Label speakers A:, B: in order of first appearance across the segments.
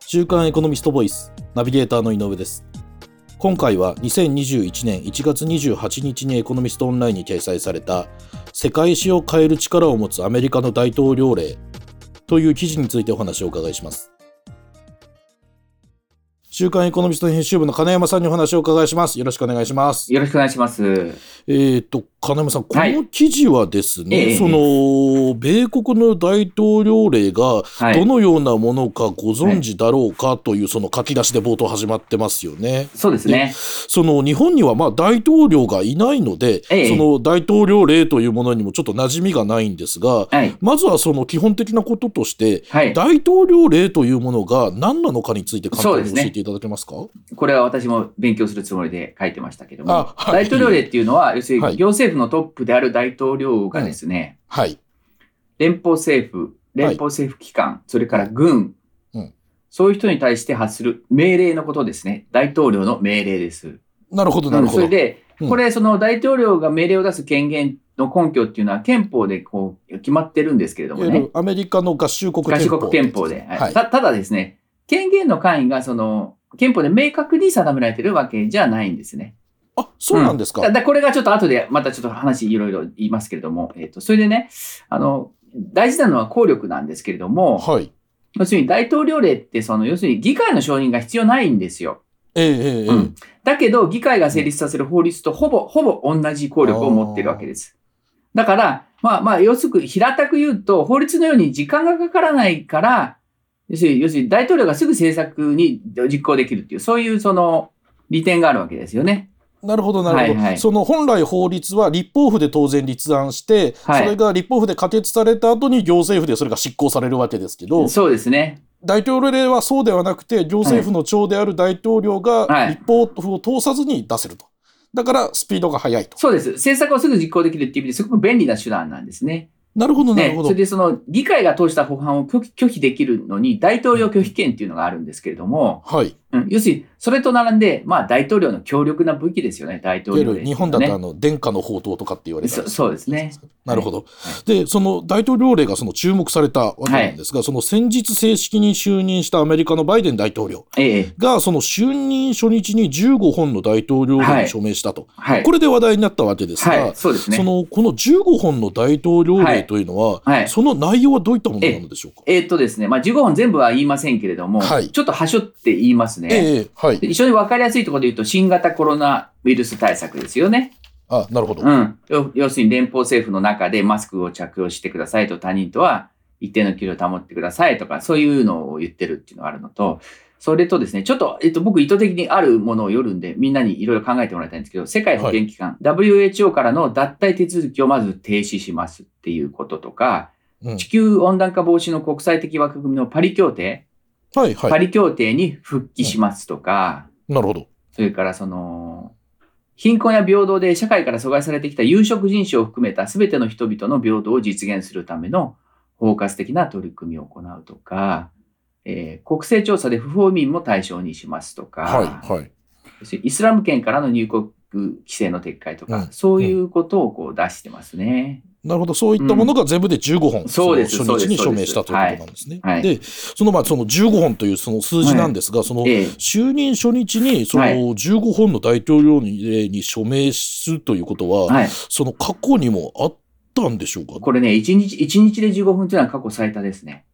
A: 週刊エコノミストボイスナビゲーターの井上です今回は2021年1月28日にエコノミストオンラインに掲載された世界史を変える力を持つアメリカの大統領令という記事についてお話をお伺いします週刊エコノミスト編集部の金山さんにお話をお伺いしますよろしくお願いします
B: よろしくお願いします。
A: えー、と金山さん、こ
B: はい
A: の記事はですね、
B: ええ
A: その米国の大統領令が
B: はい
A: どのようなものかご存知だろうかというその書き出しで冒頭始まってますよね。
B: そうですね。
A: その日本にはまあ大統領がいないので、
B: ええ
A: その大統領令というものにもちょっと馴染みがないんですが、
B: はい。
A: まずはその基本的なこととして、
B: はい。
A: 大統領令というものが何なのかについて簡
B: そう
A: 単
B: で
A: に教
B: すね
A: えていただけますか
B: これは私も勉強するつもりで書いてましたけど
A: あ
B: も、
A: はい
B: 大統領令っていうのは、要する
A: はい
B: に行政府のトップである大統領がですね、
A: はい。
B: 連邦政府、連邦政府機関、それから軍
A: うん、
B: そういう人に対して発する命令のことですね。大統領の命令です。
A: なるほど、なるほ
B: そ
A: ど。
B: れで、
A: うん
B: これ、その大統領が命令を出す権限の根拠っていうのは憲法でこう決まってるんですけれど
A: い
B: も
A: わゆ
B: ね。
A: るアメリカの合衆国
B: 合
A: 憲
B: 衆
A: 法。
B: 国憲法で。はい
A: はい。
B: たただですね、権限の範囲がその憲法で明確に定められてるわけじゃないんですね。
A: あ、そうなんですか。
B: だだこれがちょっと後でまたちょっと話いろいろ言いますけれども、えっ、と、それでね、あの、大事なのは効力なんですけれども、
A: はい。
B: 要するに大統領令ってその、要するに議会の承認が必要ないんですよ。
A: ええええええ
B: うんだけど、議会が成立させる法律とほぼ、ほぼ同じ効力を持ってるわけです。だから、まあまあ、要するに平たく言うと、法律のように時間がかからないから、要するに、要するに大統領がすぐ政策に実行できるっていう、そういうその利点があるわけですよね。
A: なるほど、なるほど、
B: はいはい
A: その本来法律は立法府で当然立案して、
B: はい
A: それが立法府で可決された後に行政府でそれが執行されるわけですけど、
B: そうですね。
A: 大統領令はそうではなくて、行政府の長である大統領
B: は
A: が
B: い
A: 立法府を通さずに出せると。だからスピードが速いと。
B: そうです。政策をすぐ実行できるっていう意味ですごく便利な手段なんですね。
A: なるほど、なる
B: ね
A: ほ、ど。
B: それでその議会が通した法案を拒否拒否できるのに大統領拒否権っていうのがあるんですけれども、
A: はい。
B: うん、要するに、それと並んで、まあ、大統領の強力な武器ですよね、大
A: い
B: 統
A: わゆ
B: 領令、
A: る日本だとあの、殿下の宝刀とかって言われたり
B: そそうですね。
A: なるほど、
B: は
A: で、その大統領令がその注目されたわけなんですが、その先日正式に就任したアメリカのバイデン大統領。
B: ええ、
A: が、その就任初日に15本の大統領令に署名したと、
B: はい。
A: これで話題になったわけですが、
B: はい、そうです
A: そ
B: ね。
A: のこの15本の大統領
B: は
A: 令
B: い
A: というのは、
B: はい
A: その内容はどういったものなのでしょうか。
B: えーっとですね、まあ、15本全部は言いませんけれども、
A: はい
B: ちょっと端折って言いますね。
A: ええはい
B: で、一緒に分かりやすいところで言うと、新型コロナウイルス対策ですよね。
A: あなるほど、
B: うん。要要するに、連邦政府の中でマスクを着用してくださいと、他人とは一定の距離を保ってくださいとか、そういうのを言ってるっていうのがあるのと、それとですね、ちょっと、えっと、僕意図的にあるものを読んで、みんなにいろいろ考えてもらいたいんですけど、世界保健機関、WHO からの脱退手続きをまず停止しますっていうこととか、
A: うん
B: 地球温暖化防止の国際的枠組みのパリ協定、
A: はいは
B: パ
A: い、
B: リ協定に復帰しますとか、
A: なるほど、
B: それからその、貧困や平等で社会から阻害されてきた有色人種を含めた全ての人々の平等を実現するための包括的な取り組みを行うとか、えー国勢調査で不法移民も対象にしますとか、
A: はいはい、
B: イスラム圏からの入国規制の撤回とか、
A: うん
B: そういうことをこう出してますね。
A: なるほど、そういったものが全部で15本、
B: そうです
A: の初日に署
B: そう
A: 名
B: です
A: したということなんですね。
B: はいはい
A: で、そのまあその15本というその数字なんですが、その
B: ええ
A: 就任初日にその
B: はい
A: 15本の大統領令に署名するということは、
B: はい、
A: その過去にもあったんでしょうか
B: これね、1日 ,1 日で15分というのは過去最多ですね。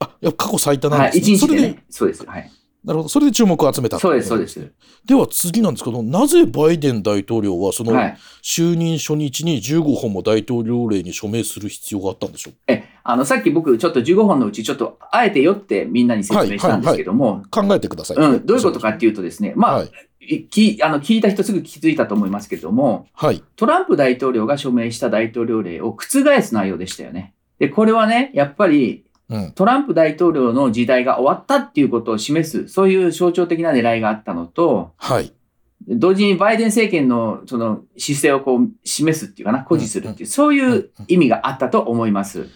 A: あいや過去最多なん
B: はい、
A: です、ね
B: 1日
A: それ
B: で
A: で
B: ね。そうです。はい、
A: なるほどそれで注目を集めた
B: そうです、そうですす。
A: では次なんですけどなぜバイデン大統領はその
B: はい
A: 就任初日に15本も大統領令に署名する必要があったんでしょうか
B: え、あの、さっき僕、ちょっと15本のうち、ちょっと、あえてよってみんなに説明したんですけども、
A: 考えてください、
B: うん、どういうことかっていうとですね、まあ、
A: はい
B: いきあの聞いた人すぐ気づいたと思いますけれども、
A: はい
B: トランプ大統領が署名した大統領令を覆す内容でしたよね。で、これはね、やっぱり、
A: うん
B: トランプ大統領の時代が終わったっていうことを示す、そういう象徴的な狙いがあったのと、
A: はい
B: 同時にバイデン政権のその姿勢をこう示すっていうかな、誇示するっていう、そういう意味があったと思います。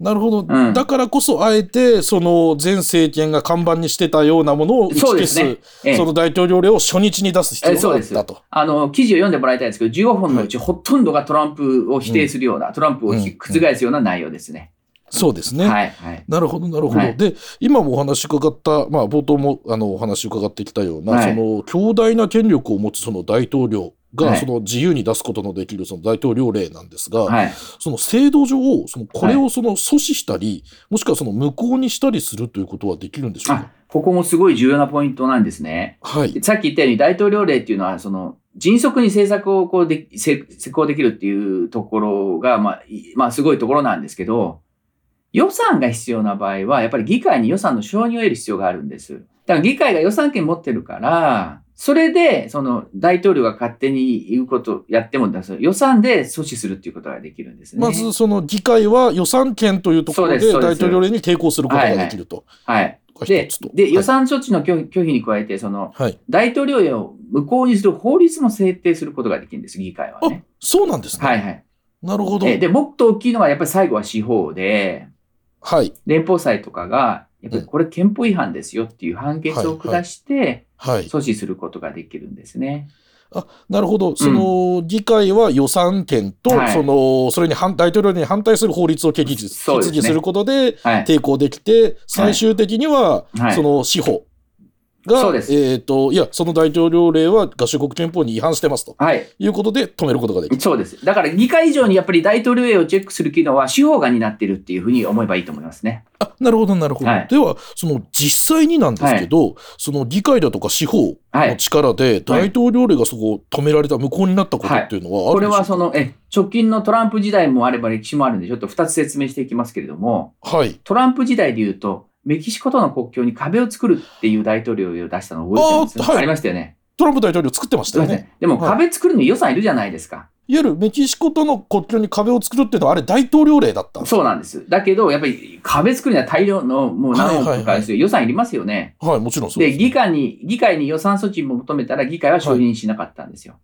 A: なるほど、
B: うん
A: だからこそあえてその前政権が看板にしてたようなものを打ち
B: そう
A: 消
B: ですすね。ええ
A: その大統領令を初日に出す必要があったと。
B: あの、記事を読んでもらいたいんですけど、15本のうちほとんどがトランプを否定するような、トランプをひ
A: うん
B: 覆すような内容ですね。
A: そうですね。
B: はい、はい。
A: なるほど、なるほど。
B: はい
A: で、今もお話伺った、まあ、冒頭もあのお話伺ってきたような、
B: は
A: そ
B: い
A: の強大な権力を持つその大統領が、
B: はい
A: その自由に出すことのできるその大統領令なんですが、
B: はい。
A: その制度上、そのこれをその阻止したり、もしくはその無効にしたりするということはできるんでしょう
B: あ
A: か。、
B: ここもすごい重要なポイントなんですね。
A: はい。
B: さっき言ったように大統領令っていうのは、その、迅速に政策をこうでき、せ施行できるっていうところが、まあ、いまあ、すごいところなんですけど、予算が必要な場合は、やっぱり議会に予算の承認を得る必要があるんです。だから議会が予算権持ってるから、それで、その、大統領が勝手に言うことやっても、だからその予算で阻止するっていうことができるんですね。
A: まず、その議会は予算権というところ
B: そうで
A: です
B: そう
A: 大
B: です
A: 統領令に抵抗することができると。
B: はい。
A: これ
B: で
A: 一つと。、
B: で、予
A: は
B: 算措置の拒否拒否に加えて、その、
A: い、はい。
B: 大統領令を無効にする法律も制定することができるんです、議会はね。
A: そうなんですね。
B: はいはい。
A: なるほど。
B: えで、もっと大きいのは、やっぱり最後は司法で、
A: はい。
B: 連邦裁とかが、やっぱりこれ憲法違反ですよっていう判決を下して、
A: はい。
B: 阻止することができるんですね。
A: あなるほど、その議会は予算権と、
B: はい
A: そのそれに反大統領に反対する法律を決議す
B: そうです
A: 決
B: ね
A: 議することで
B: はい。
A: 抵抗できて、最終的には、
B: はい
A: その司法が、
B: そうです
A: えーと、いや、その大統領令は合衆国憲法に違反してますと
B: はい。
A: いうことで止めることができる。
B: そうです。だから議会以上にやっぱり大統領令をチェックする機能は司法が担っているっていうふうに思えばいいと思いますね。
A: あなるほど、なるほど。
B: はい
A: では、その実際になんですけど、その議会だとか司法
B: はい
A: の。力で、大統領令がそこ止められた、無効になったことっていうのはあ
B: こ
A: る
B: れ
A: んでしょう
B: は
A: か、
B: その、え、直近のトランプ時代もあれば歴史もあるんで、ちょっと2つ説明していきますけれども、
A: はい。
B: トランプ時代で言うと、メキシコとの国境に壁を作るっていう大統領を出したの覚えてます
A: あーはい
B: ありましたよね。
A: トランプ大統領作ってましたよね。
B: でも
A: はい
B: 壁作るのに予算いるじゃないですか。
A: いわゆるメキシコとの国境に壁を作るっていうのは、あれ大統領令だったんです
B: そうなんです。だけど、やっぱり壁作るには大量のもう何億とかですよ予算いりますよね。
A: はい、もちろんそう
B: で、
A: です。
B: 議会に、議会に予算措置も求めたら議会は承認しなかったんですよ。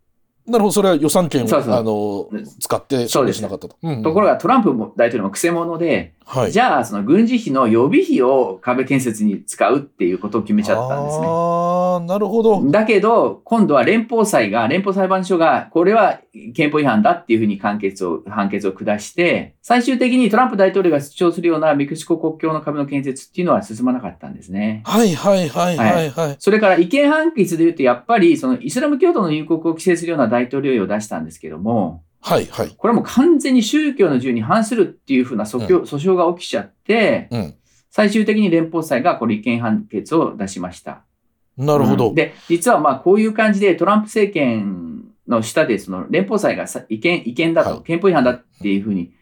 A: なるほど、それは予算権を
B: そうそう
A: あの使って
B: そ
A: 処
B: う
A: 理
B: で
A: し
B: す
A: なかったと。うんうん
B: ところがトランプも大統領もくせ者で、
A: はい、
B: じゃあその軍事費の予備費を壁建設に使うっていうことを決めちゃったんですね。
A: ああ、なるほど。
B: だけど、今度は連邦裁が、連邦裁判所が、これは憲法違反だっていうふうに判決を、判決を下して、最終的にトランプ大統領が主張するようなメキシコ国境の壁の建設っていうのは進まなかったんですね。
A: はいはいはいはいはい。
B: それから違憲判決で言うと、やっぱり、そのイスラム教徒の入国を規制するような大統領令を出したんですけども、
A: はいはい。
B: これはもう完全に宗教の自由に反するっていうふうな訴訟,、訴訟が起きちゃって、
A: うん。
B: 最終的に連邦裁がこれ違憲判決を出しました。
A: なるほど。
B: うんで、実はまあこういう感じでトランプ政権の下でその連邦裁がさ違憲違憲だと、
A: はい
B: 憲法違反だっていうふうに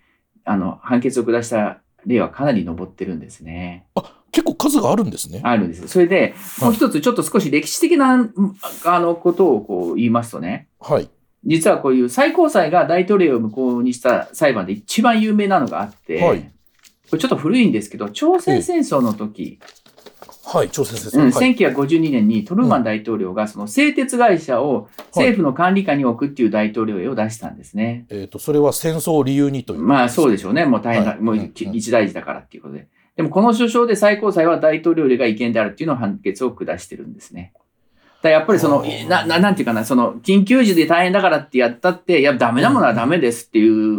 B: あの判決を下した例はかなり上ってるんですね。
A: 結構数があるんですね。
B: あるんです。それで、
A: はい
B: もう一つちょっと少し歴史的なうんあのことをこう言いますとね、
A: はい。
B: 実はこういう最高裁が大統領を無効にした裁判で一番有名なのがあって、
A: はい
B: これちょっと古いんですけど、朝鮮戦争の時、
A: はい、朝鮮戦
B: うん、
A: 争。はい。
B: 1952年にトルーマン大統領がその製鉄会社を政府の管理下に置くっていう大統領令を出したんですね。
A: えっ、と、それは戦争を理由にという。
B: まあそうでしょうね。もう大変だ、
A: はい
B: もう
A: うん
B: 一一大事だからっていうことで。でもこの首相で最高裁は大統領令が違憲であるっていうのを判決を下してるんですね。だからやっぱりそ
A: あ
B: の、
A: ー
B: な、ななんていうかな、その、緊急時で大変だからってやったって、いや、ダメなものはダメですっていう、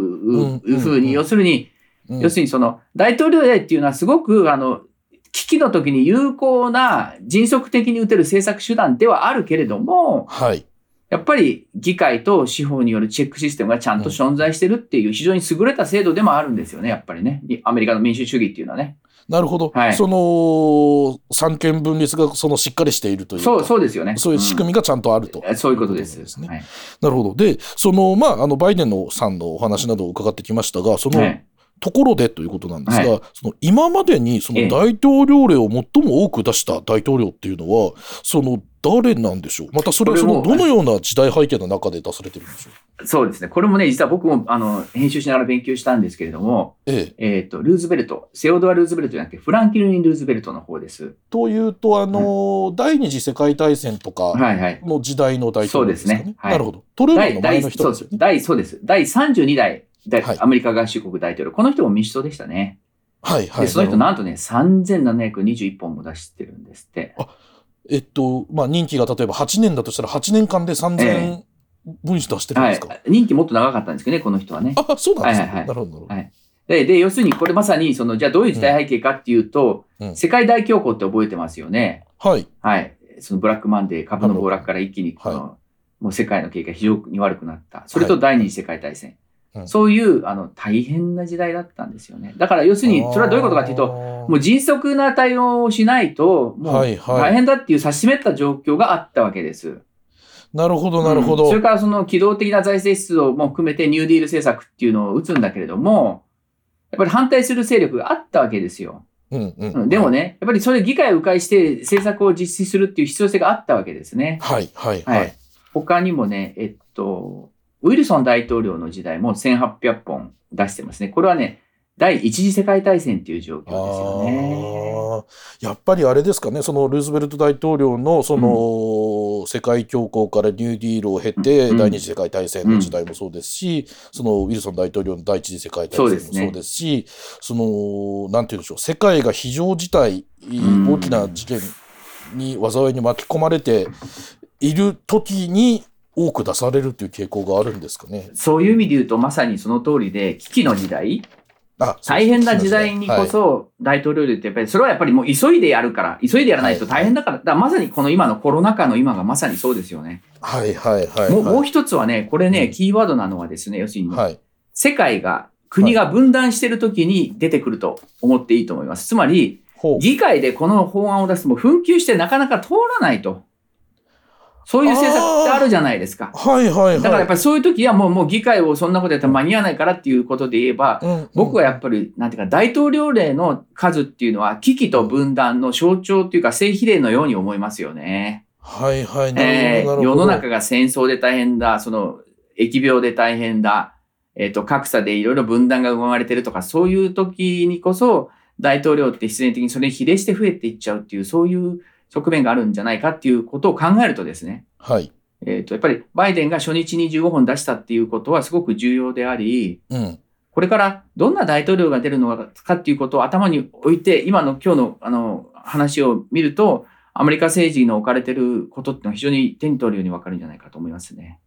A: んうん
B: ふう
A: うん
B: に、要するに、
A: うん
B: 要するにその大統領令っていうのはすごくあの危機の時に有効な迅速的に打てる政策手段ではあるけれども、
A: はい。
B: やっぱり議会と司法によるチェックシステムがちゃんと存在してるっていう非常に優れた制度でもあるんですよね、やっぱりね。いアメリカの民主主義っていうのはね。
A: なるほど。
B: はい
A: その、三権分立がそのしっかりしているというか
B: そう、そうですよね。
A: そういう仕組みがちゃんとあると。
B: うんそういうことです。
A: そういうことですね
B: はい
A: なるほど。で、その、まあ、あの、バイデンのさんのお話などを伺ってきましたが、その、
B: はい
A: ところでということなんですが、
B: は
A: その今までにその
B: ええ
A: 大統領令を最も多く出した大統領っていうのは、その誰なんでしょうまたそれはその
B: これ
A: ど
B: も
A: のような時代背景の中で出されてるんでしょう
B: そうですね。これもね、実は僕もあの編集しながら勉強したんですけれども、
A: ええ。
B: えっ、と、ルーズベルト、セオドア・ルーズベルトじゃなくて、フランキル・リン・ルーズベルトの方です。
A: というと、あのー第二次世界大戦とか
B: はいはい。
A: の時代の大統領ですかね。
B: そうですねはい
A: なるほど。トルーマンの前
B: 第第
A: の人
B: そう
A: なんです
B: です
A: よね。
B: 第そうです第32代大
A: はい
B: アメリカ合衆国大統領、この人も民主党でしたね。
A: はいはい。
B: でその人、
A: なる
B: なんとね、3721本も出してるんですって。
A: ほどえっと、まあ、任期が例えば8年だとしたら8年間で3000文字出してるん
B: は
A: で
B: い
A: すか、、
B: 任期もっと長かったんですけどね、この人はね。
A: あ、そうなんです
B: はいはいは
A: ね。
B: い
A: なるほどなるほど。
B: はいで、で、要するにこれまさに、その、じゃあどういう時代背景かっていうと、
A: うん
B: 世界大恐慌って覚えてますよね。
A: はい。
B: はい。そのブラックマンデー、株の暴落から一気に、この、もう世界の景気が非常に悪くなった。それと第二次世界大戦。
A: うん
B: そういう、あの、大変な時代だったんですよね。だから要するに、それはどういうことかっていうと、
A: と
B: もう迅速な対応をしないと、も
A: はいうはい
B: 大変だっていう差し迫った状況があったわけです。
A: なるほど、なるほ
B: うん
A: ど。
B: それからその機動的な財政出動も含めてニューディール政策っていうのを打つんだけれども、やっぱり反対する勢力があったわけですよ。
A: うんうん
B: うん、でもね、やっぱりそれ議会を迂回して政策を実施するっていう必要性があったわけですね。
A: はい、はい、
B: は
A: はい
B: い。。他にもね、えっと、ウィルソン大統領の時代も1800本出してますね。これはね、第一次世界大戦っていう状況ですよね。
A: あーやっぱりあれですかね、そのルーズベルト大統領のその、世界恐慌からニューディールを経て、
B: うん
A: 第二次世界大戦の時代もそうですし、そのウィルソン大統領の第一次世界大戦も
B: そうですね
A: そうですし、その、なんて言うんでしょう、世界が非常事態、
B: ん
A: 大きな事件に災いに巻き込まれている時に、多く出されるという傾向があるんですかね。
B: そういう意味で言うと、まさにその通りで、危機の時代、
A: あそう
B: 大変な時代にこ
A: は
B: そ大統領でってやっぱりそれはやっぱりもう急いでやるから、急いでやらないと大変だから、だからまさにこの今のコロナ禍の今がまさにそうですよね。
A: い、はい、はい、はい。
B: もうもう一つはね、これ
A: う
B: ね、
A: ん
B: キーワードなのはですね、要するに、
A: はい。
B: 世界が、国が分断してる時に出てくると思っていいと思います。つまり、
A: ほう
B: 議会でこの法案を出すともう紛糾してなかなか通らないと。そういう政策ってあるじゃないですか。
A: はい、はい、はい。
B: だからやっぱりそういう時はもうもう議会をそんなことやったら間に合わないからっていうことで言えば、
A: うん
B: 僕はやっぱり、なんていうか、大統領令の数っていうのは、危機と分断の象徴というか、正比例のように思いますよね。
A: はいはい、な
B: え
A: る
B: ー
A: ほど。
B: 世の
A: なる
B: 中が戦争で大変だ、その、疫病で大変だ、えっ、と、格差でいろいろ分断が生まれてるとか、そういう時にこそ、大統領って必然的にそれに比例して増えていっちゃうっていう、そういう側面があるんじゃないかっていうことを考えるとですね、
A: ほどはい。
B: えっ、と、やっぱりバイデンが初日に15本出したっていうことはすごく重要であり、
A: うん。
B: これからどんな大統領が出るのかっていうことを頭に置いて、今の今日のあの話を見ると、アメリカ政治の置かれてることっていうのは非常に手に取るように分かるんじゃないかと思いますね。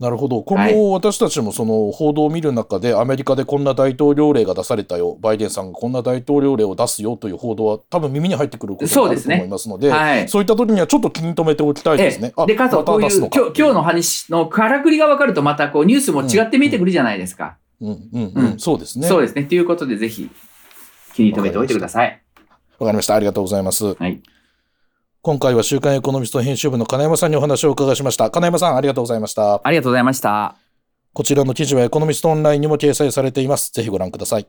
A: なるほど。今
B: はい
A: 後、私たちもその報道を見る中で、アメリカでこんな大統領令が出されたよ、バイデンさんがこんな大統領令を出すよという報道は、多分耳に入ってくること
B: そう
A: があ
B: で
A: る
B: す
A: と
B: ね
A: 思いますので、そう,、
B: はい。
A: いった時にはちょっと気に留めておきたいですね。あ
B: で、かつ
A: ま
B: こう
A: た
B: い
A: 出す
B: う今
A: のか
B: 日今日の話のからくりが分かると、またこうニュースも違って見てくるじゃないですか。
A: うんうんうん、
B: うん
A: そうですね。
B: そうですね。ということで、ぜひ気に留めておいてください。
A: わかりました。ありがとうございます。
B: はい
A: 今回は週刊エコノミスト編集部の金山さんにお話をお伺いしました。金山さん、ありがとうございました。
B: ありがとうございました。
A: こちらの記事はエコノミストオンラインにも掲載されています。ぜひご覧ください。